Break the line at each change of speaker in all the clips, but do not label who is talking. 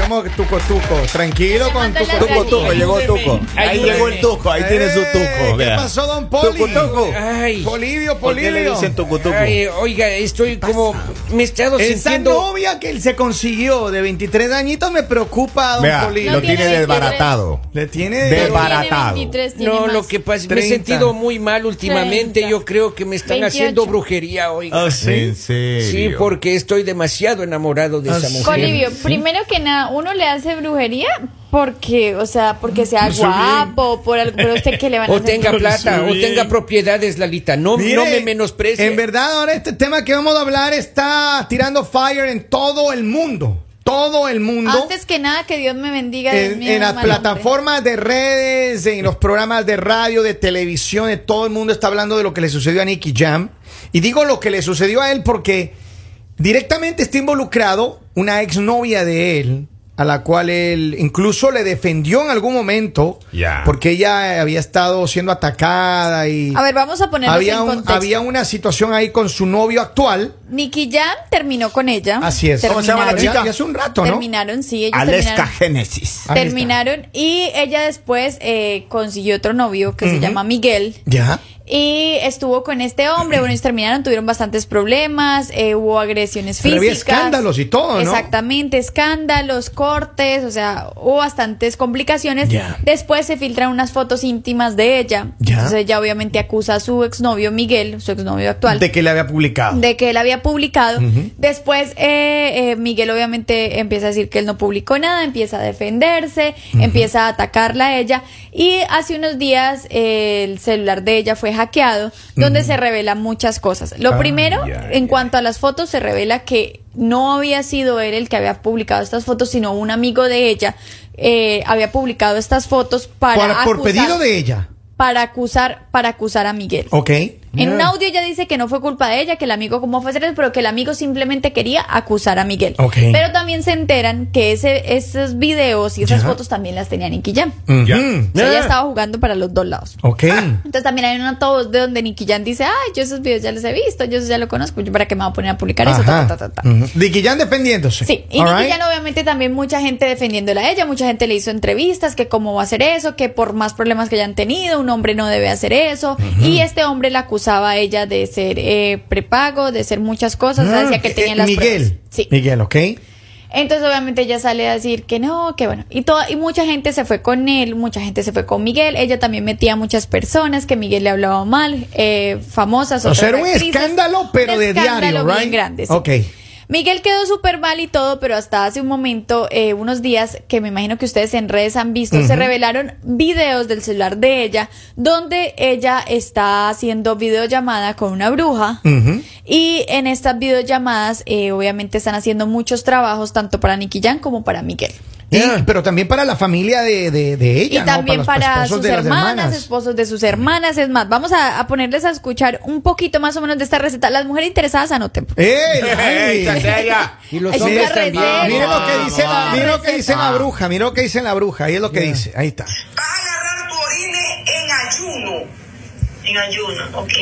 llegó Tuco Tuco. Tranquilo con
mandó
Tuco
la
Tuco.
calle.
Tuco, tuco, llegó tuco. Ahí
Ayúdeme.
llegó el tuco, ahí tiene su
Eh,
tuco.
¿Qué
vea.
pasó, don Poli?
Tuco, tuco.
Ay.
Polivio,
¿Por qué le
Polivio.
dicen tuco, tuco?
Ay, oiga, estoy como. Me he estado
Esa
sintiendo.
novia que él se consiguió de 23 añitos me preocupa, don
Vea,
Polivio.
lo
No tiene
tiene
23.
desbaratado.
Le tiene
De
Tiene
barato. Desbaratado.
23, tiene
No,
más.
lo que pasa, me he
30.
sentido muy mal últimamente.
30.
Yo creo que me están
28.
haciendo brujería, oiga.
Ah, ¿sí? En serio.
Sí, porque estoy demasiado enamorado de
Ah,
esa
sí.
mujer.
Colivio, primero que nada, uno le hace brujería porque, o sea, porque sea
Está bien.
guapo, por algo, pero usted que le van a
O
hacer?
tenga plata, o
bien.
tenga propiedades, Lalita. No,
Mire,
no me menosprecie.
En verdad, ahora este tema que vamos a hablar está tirando fire en todo el mundo. Todo el mundo.
Antes que nada, que Dios me bendiga. Dios
en,
mío,
en las
mal hombre.
plataformas de redes, en los programas de radio, de televisión, de todo el mundo está hablando de lo que le sucedió a Nicky Jam. Y digo lo que le sucedió a él porque directamente está involucrado una exnovia de él, a la cual él incluso le defendió en algún momento,
Ya.
porque ella había estado siendo atacada y
A ver, vamos a ponernos
había,
en
un-
contexto.
había una situación ahí con su novio actual.
Nicky Jam terminó con ella.
Así es.
¿Cómo se llama la
Terminaron.
chica?
Ya hace un rato, ¿no?
Terminaron, sí, ellos
Aleska
terminaron.
Génesis.
Ahí está.
Terminaron y ella después eh, consiguió otro novio que se
Ujú.
llama Miguel.
Ya.
Y estuvo con este hombre, bueno, ellos terminaron, tuvieron bastantes problemas, eh, hubo agresiones
Pero
físicas.
había escándalos y todo, ¿no?
Exactamente, escándalos, cortes, o sea, hubo bastantes complicaciones.
Ya.
Después se filtran unas fotos íntimas de ella.
Ya.
Entonces ella obviamente acusa a su exnovio Miguel, su exnovio actual.
De que le había publicado.
de que él había publicado. Después eh, eh, Miguel obviamente empieza a decir que él no publicó nada, empieza a defenderse, empieza a atacarla a ella. Y hace unos días eh, el celular de ella fue hackeado, donde se revelan muchas cosas. Lo
Ah,
primero,
ya,
en
ya.
cuanto a las fotos, se revela que no había sido él el que había publicado estas fotos, sino un amigo de ella eh, había publicado estas fotos para
Por- por
acusar-
pedido de ella.
para acusar para acusar a Miguel.
Ok.
En un audio ella dice que no fue culpa de ella, que el amigo como fue hacer, pero que el amigo simplemente quería acusar a Miguel.
Ok.
Pero también se enteran que ese, esos videos y esas
Ya. Mm.
fotos también las tenía Nicky Jam.
Ya.
O sea, ella estaba jugando para los dos lados.
Ok.
Entonces también hay una voz de donde Nicky Jam dice, ay, yo esos videos ya los he visto, yo esos ya lo conozco, yo para qué me voy a poner a publicar eso, ta,
Ajá. Mm.
ta, ta, ta, ta".
Ujú. Nicky Jam defendiéndose.
Sí, y
All
Nicky
right.
Jam, obviamente también mucha gente defendiéndola a ella, mucha gente le hizo entrevistas que cómo va a hacer eso, que por más problemas que hayan tenido, un hombre no debe hacer eso, y este hombre la acusaba a ella de ser eh, prepago, de ser muchas cosas, o sea, decía que
Ah,
tenía
eh,
las
Miguel.
pruebas. Sí.
Miguel, ok.
Entonces obviamente ella sale a decir que no, que bueno. Y toda, y mucha gente se fue con él, mucha gente se fue con Miguel. Ella también metía a muchas personas que Miguel le hablaba mal, eh, famosas.
O sea,
otras
era un
actrices.
escándalo, pero
Un
de diario,
escándalo bien
right?
grande, sí.
Ok.
Miguel quedó súper mal y todo, pero hasta hace un momento, eh, unos días, que me imagino que ustedes en redes han visto, se revelaron videos del celular de ella, donde ella está haciendo videollamada con una bruja.
Ujú.
Y en estas videollamadas, eh, obviamente, están haciendo muchos trabajos, tanto para Nicky Jam como para Miguel.
Y-
Ya.
pero también para la familia de, de, de
Y
ella. ¿no?
también
los
para,
esposos
sus
de las
hermanas, esposos de sus hermanas. Es más, vamos a, a ponerles a escuchar un poquito más o menos de esta receta. Las mujeres interesadas anoten.
¡Ey!
¡Ey,
ay.
échate allá!
Y los
Es una
hombres
receta.
también.
Mire lo que dice la,
Vamos.
mire lo que dice la bruja, mire lo que dice la bruja, ahí es lo que dice, ahí está.
vas a agarrar tu orine en ayuno.
En ayuno, ok.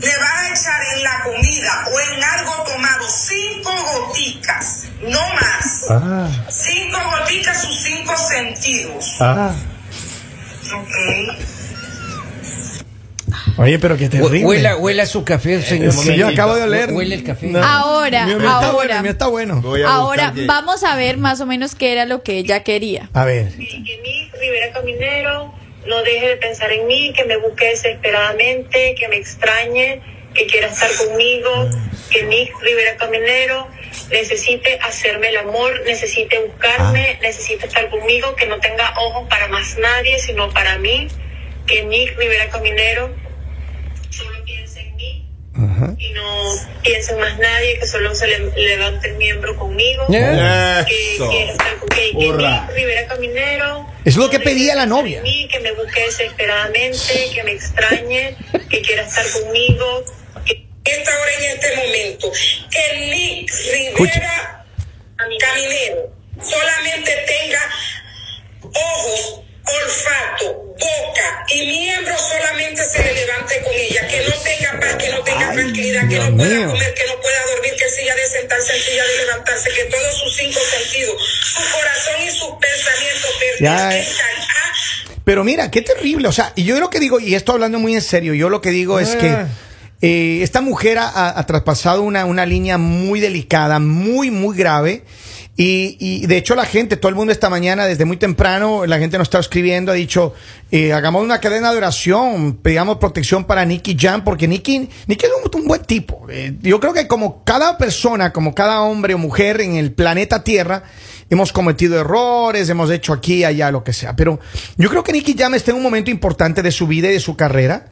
Le vas a echar en la comida o en algo tomado cinco goticas, no más.
Ah,
Cinco goticas sus cinco sentidos.
ah.
Ok.
Oye, pero que
Hue-
terrible.
Huela, huela su café, señor.
Eh, Sí, yo acabo de oler.
Huele el café.
No.
Ahora,
Mi mío está bueno,
ahora.
mi mío está bueno.
Voy a
Ahora
buscar que-
vamos a ver más o menos qué era lo que ella quería.
A ver.
Jenny Rivera Caminero, no deje de pensar en mí, que me busque desesperadamente, que me extrañe, que quiera estar conmigo, que Nick Rivera Caminero necesite hacerme el amor, necesite buscarme, necesite estar conmigo, que no tenga ojos para más nadie, sino para mí, que Nick Rivera Caminero solo piense en mí y no piense en más nadie, que solo se le- levante el miembro conmigo.
Ya.
que,
Eso.
que, que- que
Hurra.
Nick Rivera Caminero.
Es lo que pedía la novia.
Mí, que me busque desesperadamente, que me extrañe, que quiera estar conmigo. que-
Esta hora en este momento, que Nick Rivera Caminero solamente tenga ojos, olfato, boca y miembros solamente se le levante con ella, que no tenga paz, que no tenga tranquilidad, que no pueda
mío.
comer, que no pueda dormir, que se sencilla de sentarse, sencilla de levantarse, que todos sus cinco sentidos, su corazón y sus pensamientos
Ya, eh.
pertenezcan a
Pero mira, qué terrible. O sea, y yo lo que digo, y esto hablando muy en serio, yo lo que digo es que eh, esta mujer ha- ha, ha traspasado una, una línea muy delicada, muy, muy grave. Y, y de hecho la gente, todo el mundo esta mañana, desde muy temprano, la gente nos está escribiendo, ha dicho, eh, hagamos una cadena de oración, pidamos protección para Nicky Jam, porque Nicky, Nicky es un, un buen tipo. Eh, yo creo que como cada persona, como cada hombre o mujer en el planeta Tierra, hemos cometido errores, hemos hecho aquí, allá, lo que sea. Pero yo creo que Nicky Jam está en un momento importante de su vida y de su carrera.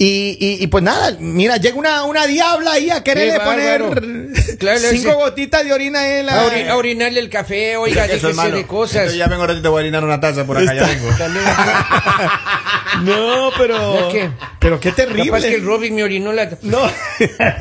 Y, y- y pues nada, mira, llega una, una diabla ahí a quererle
Qué bárbaro.
poner
Claro, le
cinco
dice-
gotitas de orina a él.
A,
ah.
ori- a orinarle el café, oiga,
Eso,
déjese
hermano.
de cosas.
Entonces ya vengo ahorita y te voy a orinar una taza por acá, ya vengo.
No, pero.
¿Ya qué?
Pero qué
Capaz que
terrible.
el Robin me orinó la...
no.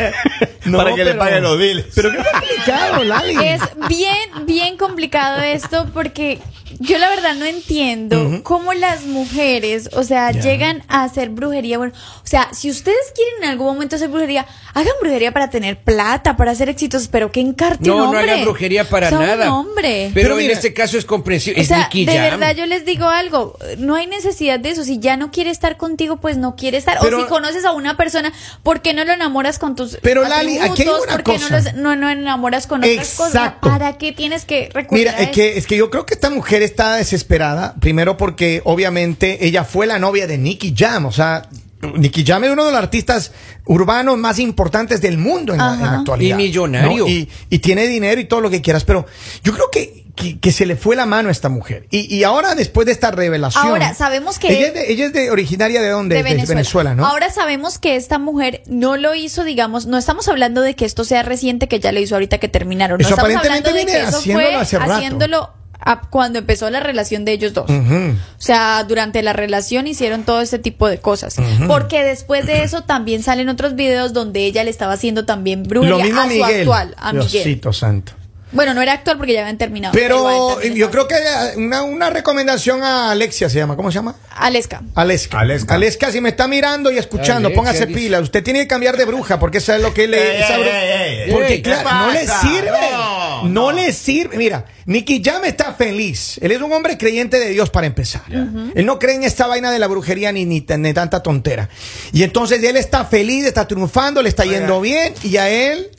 No,
Para que le
pero-
paguen los biles.
Pero qué complicado, Lali.
Es bien, bien complicado esto porque yo la verdad no entiendo cómo las mujeres, o sea, llegan a hacer brujería. Bueno, o sea, si ustedes quieren en algún momento hacer brujería, hagan brujería para tener plata, para ser exitosos, pero que encarte un
No, no
hombre.
haga brujería para
O sea, un
nada.
hombre.
Pero,
Pero
en
mira-
este caso es comprensible.
O
Es
sea,
Nicky
de
Jam.
verdad yo les digo algo, no hay necesidad de eso, si ya no quiere estar contigo, pues no quiere estar,
Pero-
o si conoces a una persona, ¿por qué no lo enamoras con tus
Pero, Lali, aquí hay
atributos?
una
¿Por qué
cosa.
no, los- no, no enamoras con otras cosas?
Exacto.
¿Para qué tienes que recurrir
Mira,
a
es
eso?
que, es que yo creo que esta mujer está desesperada, primero porque obviamente ella fue la novia de Nicky Jam, o sea, Nicky Jam es uno de los artistas urbanos más importantes del mundo en la, en la
Ajá.
actualidad.
Y millonario.
¿no? Y, y tiene dinero y todo lo que quieras, pero yo creo que, que, que se le fue la mano a esta mujer. Y, y ahora, después de esta revelación...
Ahora, sabemos que-
Ella es, de, ella es de originaria de dónde?
de Venezuela.
¿no?
Ahora sabemos que esta mujer no lo hizo, digamos, no estamos hablando de que esto sea reciente, que ya lo hizo ahorita que terminaron. No
Eso
estamos
aparentemente
hablando de que
viene
eso
haciéndolo
fue
hace rato.
haciéndolo a- cuando empezó la relación de ellos dos. O sea, durante la relación hicieron todo este tipo de cosas. Porque después de eso también salen otros videos donde ella le estaba haciendo también
lo
brujería
mismo
a su
Miguel.
actual, a Miguel.
Diosito santo.
Bueno, no era actual porque ya habían terminado.
Pero
igual,
yo creo que una, una recomendación a Alexia se llama, ¿cómo se llama?
Alesca.
Aleska. Aleska.
Aleska.
si me está mirando y escuchando,
Alexia,
póngase
dice.
pila. Usted tiene que cambiar de bruja porque esa es lo que le.
Ey,
esa
ey,
bruja-
ey, ey,
porque,
ey, ¿qué
claro, no le
pasa?
sirve. No,
No,
le sirve. Mira, Nicky Jam está feliz. Él es un hombre creyente de Dios para empezar. Él no cree en esta vaina de la brujería ni, ni, tan- ni tanta tontera. Y entonces él está feliz, está triunfando, le está yendo bien y a él.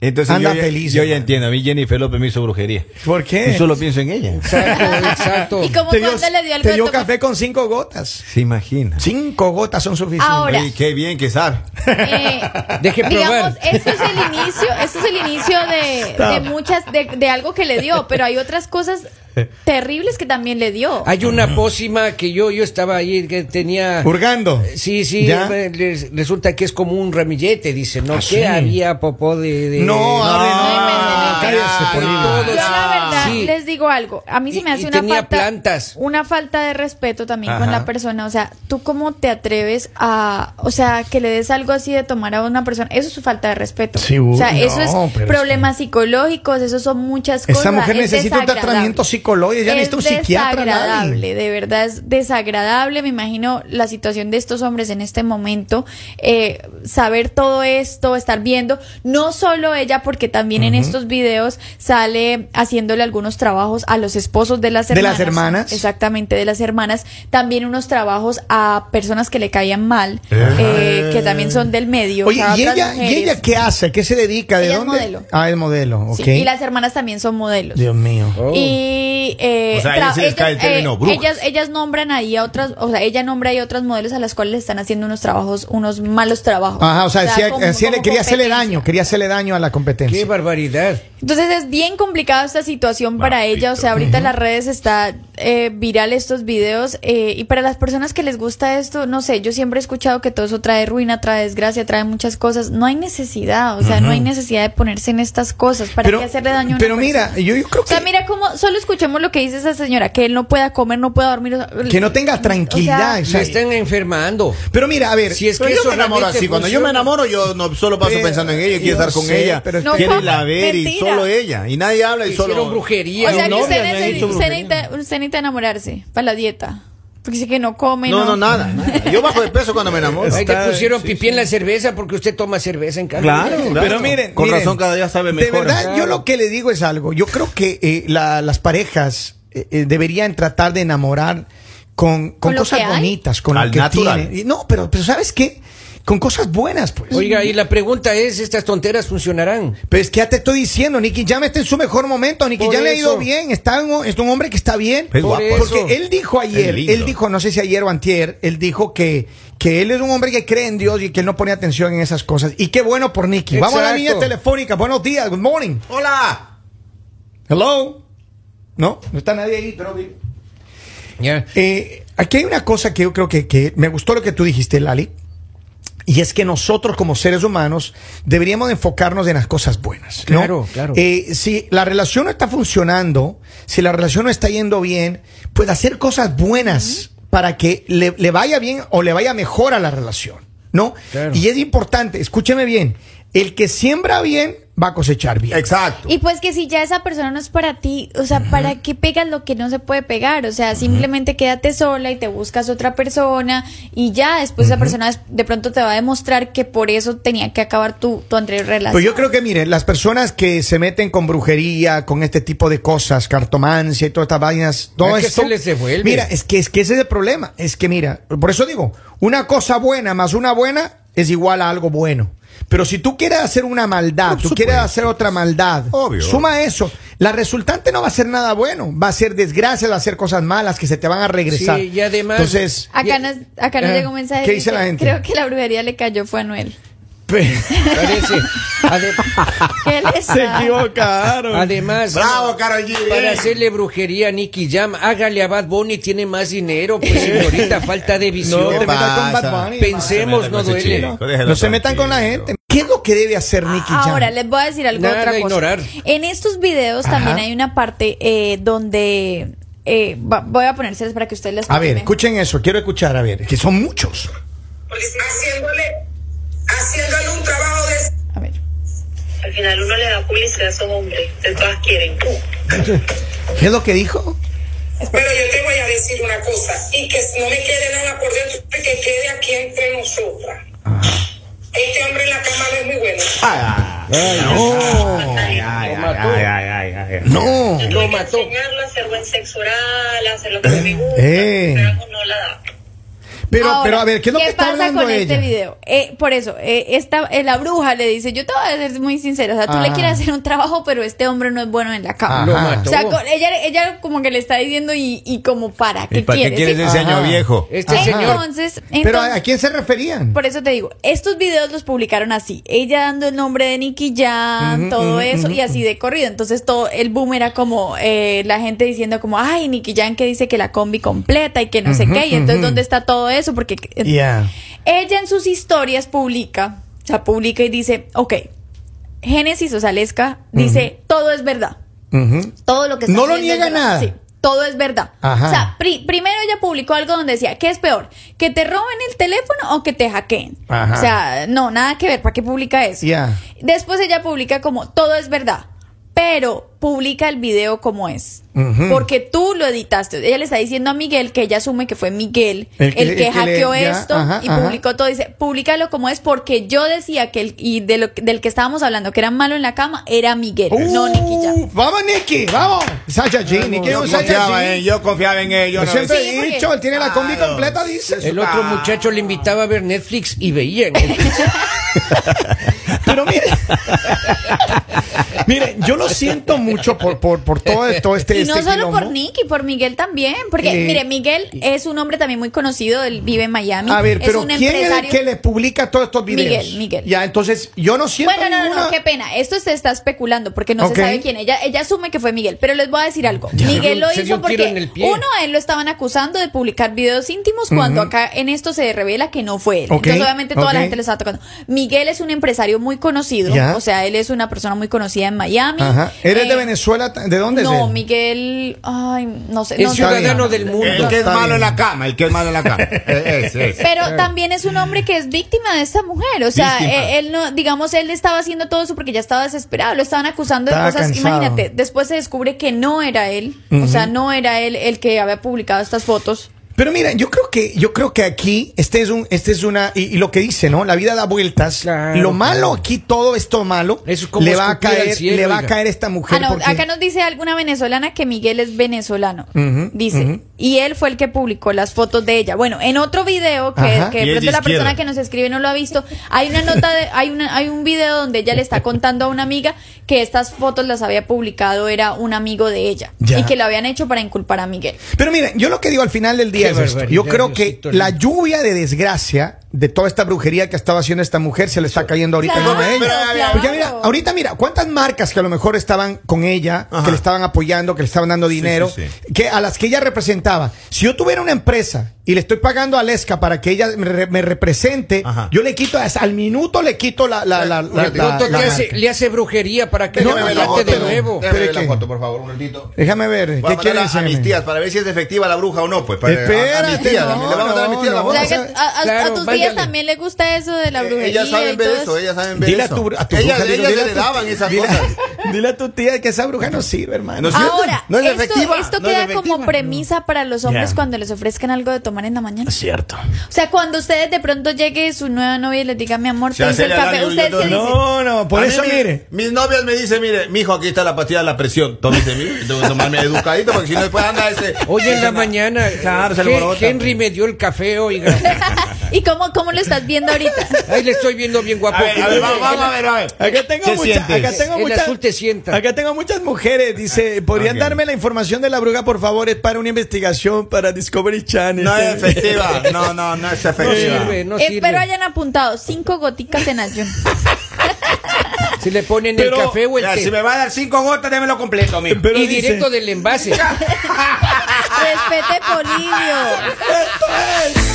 Entonces
Anda
yo, ya-
feliz,
yo ya
hermano.
entiendo. A mí Jennifer López me hizo brujería.
¿Por qué?
Yo solo pienso en ella.
Exacto,
Y
exacto.
como
Te dio,
cuando le dio algo
te
de
dio
tomar-
café con cinco gotas.
Se imagina.
Cinco gotas son suficientes.
Ahora.
Oye, qué bien que sabe.
Eh,
Deje
digamos,
probar.
esto es el inicio, esto es el inicio de, de muchas, de, de algo que le dio, pero hay otras cosas terribles que también le dio.
Hay una pócima que yo, yo estaba ahí que tenía...
Hurgando.
Sí, sí,
¿Ya?
re- les- resulta que es como un ramillete, dice, ¿no?
Ah,
que
sí.
había popó de... de-
No, hable, no,
no,
cállese,
no,
Polibio.
Yo la verdad
Sí.
les digo algo, a mí se
Y-
me hace
y
una
tenía
falta
plantas.
una falta de respeto también con
Ajá.
la persona, o sea, tú cómo te atreves a, o sea, que le des algo así de tomar a una persona, eso es su falta de respeto.
Sí,
o sea,
uy,
eso
no,
es
pero es
problemas psicológicos, eso son muchas cosas.
Esa mujer
es
necesita un
desagradable.
tratamiento psicológico, ya
Es
necesita un psiquiatra, Lali.
Desagradable, eh, de verdad es desagradable, me imagino la situación de estos hombres en este momento, eh, saber todo esto, estar viendo, no solo ella, porque también en estos videos sale haciéndole algunos trabajos a los esposos de las
De
hermanas.
las hermanas.
Exactamente, de las hermanas, también unos trabajos a personas que le caían mal, eh, que también son del medio. o
Oye,
sea,
¿y
otras
ella, ¿y
mujeres.
ella qué hace? ¿Qué se dedica? ¿De
Ella es
dónde?
modelo.
Ah, es modelo, ok.
Sí, y las hermanas también son modelos.
Dios mío.
Oh.
Y eh,
O sea, a ellas
tra-
se les cae el término brujas.
ellas, ellas nombran ahí a otras, o sea, ella nombra ahí a otras modelos a las cuales le están haciendo unos trabajos, unos malos trabajos.
Ajá, o sea, decía-
como-
decía-
como
quería hacerle
competencia.
daño, quería hacerle daño a la
Qué
competencia.
barbaridad.
Entonces es bien complicada esta situación para
Maldito.
ella. O sea, ahorita en las redes está eh, viral estos videos. eh, y para las personas que les gusta esto, no sé, yo siempre he escuchado que todo eso trae ruina, trae desgracia, trae muchas cosas. No hay necesidad, o sea, no hay necesidad de ponerse en estas cosas. ¿Para
Pero-
qué hacerle daño a una
Pero
persona?
mira, yo, yo creo
O
que,
sea, mira cómo, solo escuchemos lo que dice esa señora, que él no pueda comer, no pueda dormir. o sea,
que no tenga tranquilidad.
o
o
sea,
sea,
Se están enfermando.
Pero mira, a ver,
Si es
Pero
que
yo
eso
me enamoro
realmente
así. Cuando yo me
funciona.
enamoro, yo no solo paso
Pero-
pensando en ella. Eh, Yo quiero
yo
estar con
sé,
ella.
pero
No,
quiero
¿cómo?
irla a ver y
Mentira.
solo ella. Y nadie habla y solo.
Hicieron brujería.
o sea, que
novias
usted
me han
necesita,
hecho
usted
brujería.
necesita- usted necesita enamorarse para la dieta. Porque dice que no come.
No, no, nada. nada. Yo bajo de peso cuando me enamoro.
Ahí te
Está-
pusieron
sí,
pipí en la cerveza porque usted toma cerveza en cambio.
Claro, claro.
Pero miren,
Con
miren,
razón cada día sabe mejor.
De verdad, yo
Claro.
lo que le digo es algo. Yo creo que eh, la- las parejas eh, eh, deberían tratar de enamorar con, con
Con lo
cosas
que hay.
bonitas, con
Al
lo que
natural.
tienen. Y No, pero, pero ¿sabes qué? Con cosas buenas, pues.
Oiga, y la pregunta es, ¿estas tonteras funcionarán?
Pero es que ya te estoy diciendo, Nicky Jam está en su mejor momento, Nicky
Por
Jam le ha ido
eso.
bien, está un, es un hombre que está bien.
Es guapo.
eso.
Porque él dijo
Es
ayer,
lindo.
él dijo, no sé si ayer o antier, él dijo que, que él es un hombre que cree en Dios y que él no pone atención en esas cosas. Y qué bueno por Nicky. Vamos a la
Exacto.
línea telefónica. Buenos días, good morning.
Hola.
Hello. No, no está nadie ahí, pero...
Ya.
Eh, aquí hay una cosa que yo creo que, que me gustó lo que tú dijiste, Lali. Y es que nosotros como seres humanos deberíamos de enfocarnos en las cosas buenas. ¿no?
Claro, claro.
Eh, si la relación no está funcionando, si la relación no está yendo bien, pues hacer cosas buenas para que le, le vaya bien o le vaya mejor a la relación. ¿No?
Claro.
Y es importante, escúcheme bien, el que siembra bien va a cosechar bien.
Exacto.
Y pues que si ya esa persona no es para ti, o sea, ¿para qué pegas lo que no se puede pegar? O sea, simplemente quédate sola y te buscas otra persona y ya después esa persona es- de pronto te va a demostrar que por eso tenía que acabar tu, tu anterior relación.
Pues yo creo que, miren, las personas que se meten con brujería, con este tipo de cosas, cartomancia y todas estas vainas, todo
Es que
esto-
se les devuelve.
Mira, es que, es que ese es el problema. Es que, mira, por eso digo, una cosa buena más una buena es igual a algo bueno. Pero si tú quieres hacer una maldad,
Por
tú quieres
supuesto.
hacer otra maldad,
Obvio.
suma eso. La resultante no va a ser nada bueno, va a ser desgracia, va a ser cosas malas que se te van a regresar.
Sí, y además-
Entonces,
Acá,
Ya-
nos, acá nos
Ah,
llega un mensaje.
¿qué dice la gente?
Creo que la brujería le cayó fue a Anuel.
Parece. Ade-
¿Qué
Ah,
le está?
equivocaron.
además,
Bravo, Karol G.
para
Bien.
hacerle brujería a Nicky Jam, hágale a Bad Bunny, tiene más dinero, pues señorita, falta de visión.
No te metas con Bad
pasa?
Bunny,
Pensemos,
Se meta
no
con ese
duele.
chico, déjelo
No se metan con la
tranquilo.
gente. ¿Qué es lo que debe hacer Nicky Jam?
Ah, Ahora les voy a decir algo
Nada,
otra cosa.
ignorar.
En estos videos
Ajá.
también hay una parte eh, donde eh, va- voy a ponérselas para que ustedes las
A ver,
escuchen.
escuchen eso, quiero escuchar, a ver, que son muchos.
haciéndole, haciéndole un trabajo de...
A ver.
Al final uno le da publicidad a esos hombres, de todas quieren.
¿Qué es lo que dijo?
Pero yo te voy a decir una cosa, y que no me quede nada por dentro, que quede aquí entre nosotras. Este hombre en la cama no es muy bueno.
Ah,
No,
ay, ay,
Lo
ay,
mató.
ay, ay, ay, ay.
no.
Lo
Hay que
mató.
enseñarlo a hacer buen sexo oral, a hacer lo que me gusta,
Eh.
pero no la da.
Pero,
Ahora,
pero a ver, ¿qué es lo que está
pasa
hablando
con
ella?
este video? Eh, por eso, eh, esta, eh, la bruja le dice, yo te voy a ser muy sincera, o sea, tú
Ah.
le quieres hacer un trabajo, pero este hombre no es bueno en la cama.
Lo
Ajá.
mató.
O sea, con- ella, ella como que le está diciendo y, y como para, ¿qué
¿Y para qué
quieres?
quieres
Sí.
ese año
Ajá.
viejo?
Este
Ajá.
señor.
Entonces,
Pero ¿a
entonces-
a quién se referían?
Por eso te digo, estos videos los publicaron así, ella dando el nombre de Nicky Jam,
Ujú,
todo
ujú,
eso,
ujú.
y así de corrido. Entonces todo el boom era como eh, la gente diciendo como, ay, Nicky Jam que dice que la combi completa y que no sé
Ujú,
qué, y entonces
ujú.
¿dónde está todo eso? Porque eh,
Yeah.
ella en sus historias publica, o sea, publica y dice, ok, Génesis o Salesca dice, todo es verdad.
Ujú.
Todo lo que
No
está
lo
viendo es
niega
verdad.
nada.
Sí, todo es verdad.
Ajá.
O sea, pri- primero ella publicó algo donde decía, ¿qué es peor? ¿Que te roben el teléfono o que te hackeen?
Ajá.
O sea, no, nada que ver, ¿para qué publica eso?
Ya.
Después ella publica como, todo es verdad, pero publica el video como es.
Ujú.
Porque tú lo editaste. Ella le está diciendo a Miguel que ella asume que fue Miguel el que,
el que le-
hackeó
ya,
esto
ajá,
y
ajá.
publicó todo. Dice, públicalo como es porque yo decía que el, y de lo, del que estábamos hablando, que era malo en la cama, era Miguel, no Nicky Jam.
Uh, Vamos, Nicky, vamos. Sasha G, Nicky es
Yo
un Sasha
confiaba
G.
en, eh, yo confiaba en él. Yo
Yo
no-
siempre
Sí,
he
porque-
dicho, él tiene la combi
Claro.
completa, dice.
El otro muchacho le invitaba a ver Netflix y veía. Netflix.
Pero mire, mire, yo lo siento mucho por, por, por todo esto este
y no
este
solo por
quilombo.
Nicky, por Miguel también. Porque,
Eh,
mire, Miguel es un hombre también muy conocido, él vive en Miami.
A ver,
es
pero
un
¿quién es el
empresario.
que le publica todos estos videos?
Miguel, Miguel.
Ya, entonces yo no siento
Bueno, no, no,
ninguna-
no, qué pena. Esto se está especulando porque no
Ok.
se sabe quién. Ella, ella asume que fue Miguel, pero les voy a decir algo.
Se
Miguel
dio-
lo
se dio
hizo
un tiro en
porque
el pie.
uno a él lo estaban acusando de publicar videos íntimos cuando acá en esto se revela que no fue él.
Ok,
Entonces obviamente toda la
ok.
gente lo estaba tocando. Miguel es un empresario muy conocido,
Ya.
o sea, él es una persona muy conocida en Miami.
Ajá. ¿Eres de
Eh,
Venezuela? ¿De dónde es
No,
él?
Miguel, ay, no sé.
Es
no, no,
ciudadano
bien.
del mundo.
El que es
Está
malo
bien.
en la cama, el que es malo en la cama. Eh, Es,
Pues,
es.
eh.
Pero también es un hombre que es víctima de esta mujer. O sea,
Víctima.
eh, él, no, digamos, él estaba haciendo todo eso porque ya estaba desesperado. Lo estaban acusando
Estaba
de cosas.
cansado.
Imagínate, después se descubre que no era él. O sea, no era él el que había publicado estas fotos.
Pero mira, yo creo que, yo creo que aquí, este es un, este es una, y, y lo que dice, ¿no? La vida da vueltas.
Claro,
lo malo
claro.
aquí, todo esto malo,
Eso es como
le va a
escupir al
caer,
cielo,
le va a
oiga.
caer esta mujer.
Ah, no,
porque-
acá nos dice alguna venezolana que Miguel es venezolano,
Ujú,
dice.
ujú.
Y él fue el que publicó las fotos de ella. Bueno, en otro video que,
Ajá.
que de
Y es
pronto
de
la persona
izquierda.
que nos escribe no lo ha visto, hay una nota, de, hay, una, hay un video donde ella le está contando a una amiga que estas fotos las había publicado era un amigo de ella
Ya.
y que lo habían hecho para inculpar a Miguel.
Pero mira, yo lo que digo al final del día
Qué
es esto. Yo
barbaridad,
creo que
Diosito
la
lindo.
lluvia de desgracia de toda esta brujería que estaba haciendo esta mujer se le está cayendo ahorita
Claro,
encima de ella.
claro.
Porque Pues mira, ahorita mira, cuántas marcas que a lo mejor estaban con ella,
Ajá.
que le estaban apoyando, que le estaban dando dinero,
sí,
que a las que ella representaba. Si yo tuviera una empresa y le estoy pagando a Lesca para que ella me, re- me represente,
Ajá.
yo le quito, a esa- al minuto le quito la, la, la,
De
la- la-
pronto
la
le, hace,
marca.
le hace brujería para que
No,
no,
no,
la
no,
mate de
pero-
nuevo.
pero-
Déjame ver
¿qué?
la foto, por favor, un ratito.
Déjame ver,
Voy
¿qué
a mandar
quiere
a, a mis
decirme?
tías para ver si es efectiva la bruja o no, pues. Para, a- a,
Espérate,
mis tías,
no,
también. le voy a mandar a mis tías
no,
la
no.
foto.
O sea,
vamos
que
a-
a, a- a
claro,
tus
váyale.
tías también le gusta eso de la brujería.
Eh, ellas
y
saben ver
todo
eso, ellas saben ver
Dile a
eso.
tu, a tu
ellas
bruja, dile-
ellas
dile a tu-
heredaban esas
dile-
cosas.
Dile a tu tía que esa bruja no sirve, hermano.
No sirve. ¿Cierto?
Ahora,
No es
esto,
efectiva,
esto
no es
queda
efectiva,
como premisa para los hombres
Ya.
cuando les ofrezcan algo de tomar en la
Ah.
mañana.
Cierto.
O sea, cuando ustedes de pronto llegue su nueva novia y les diga, mi amor,
Se
te hice el
acelera
café,
algo y
¿ustedes
yo
qué
todo-
dicen?
No, no, por
A mí
eso
mi-
mire.
Mis novias me dicen, mire, mijo, aquí está la pastilla de la presión. Tómese, mire, tengo que tomarme educadito porque si no después anda ese.
Hoy en la mañana,
Claro, se
Gen-
alborota.
Henry me dio el café, oiga.
¿Y cómo, cómo lo estás viendo ahorita?
Ahí le estoy viendo bien guapo.
A ver, a ver, vamos, vamos a ver, a ver.
Acá tengo,
¿Qué
mucha-
sientes?
acá tengo
El
muchas.
azul te sienta.
Acá tengo muchas mujeres. Dice, ¿podrían
Ah, Ok.
darme la información de la bruja, por favor? Es para una investigación para Discovery Channel.
No es efectiva. No, no, no es
No
efectiva.
sirve, no sirve.
Espero hayan apuntado cinco goticas en ayuno.
Si le ponen
Pero-
el café o el
Ya,
té.
si me va a dar cinco gotas, démelo completo, mijo.
Pero
y
dice-
directo del envase.
Respete Polivio.
¡Esto es!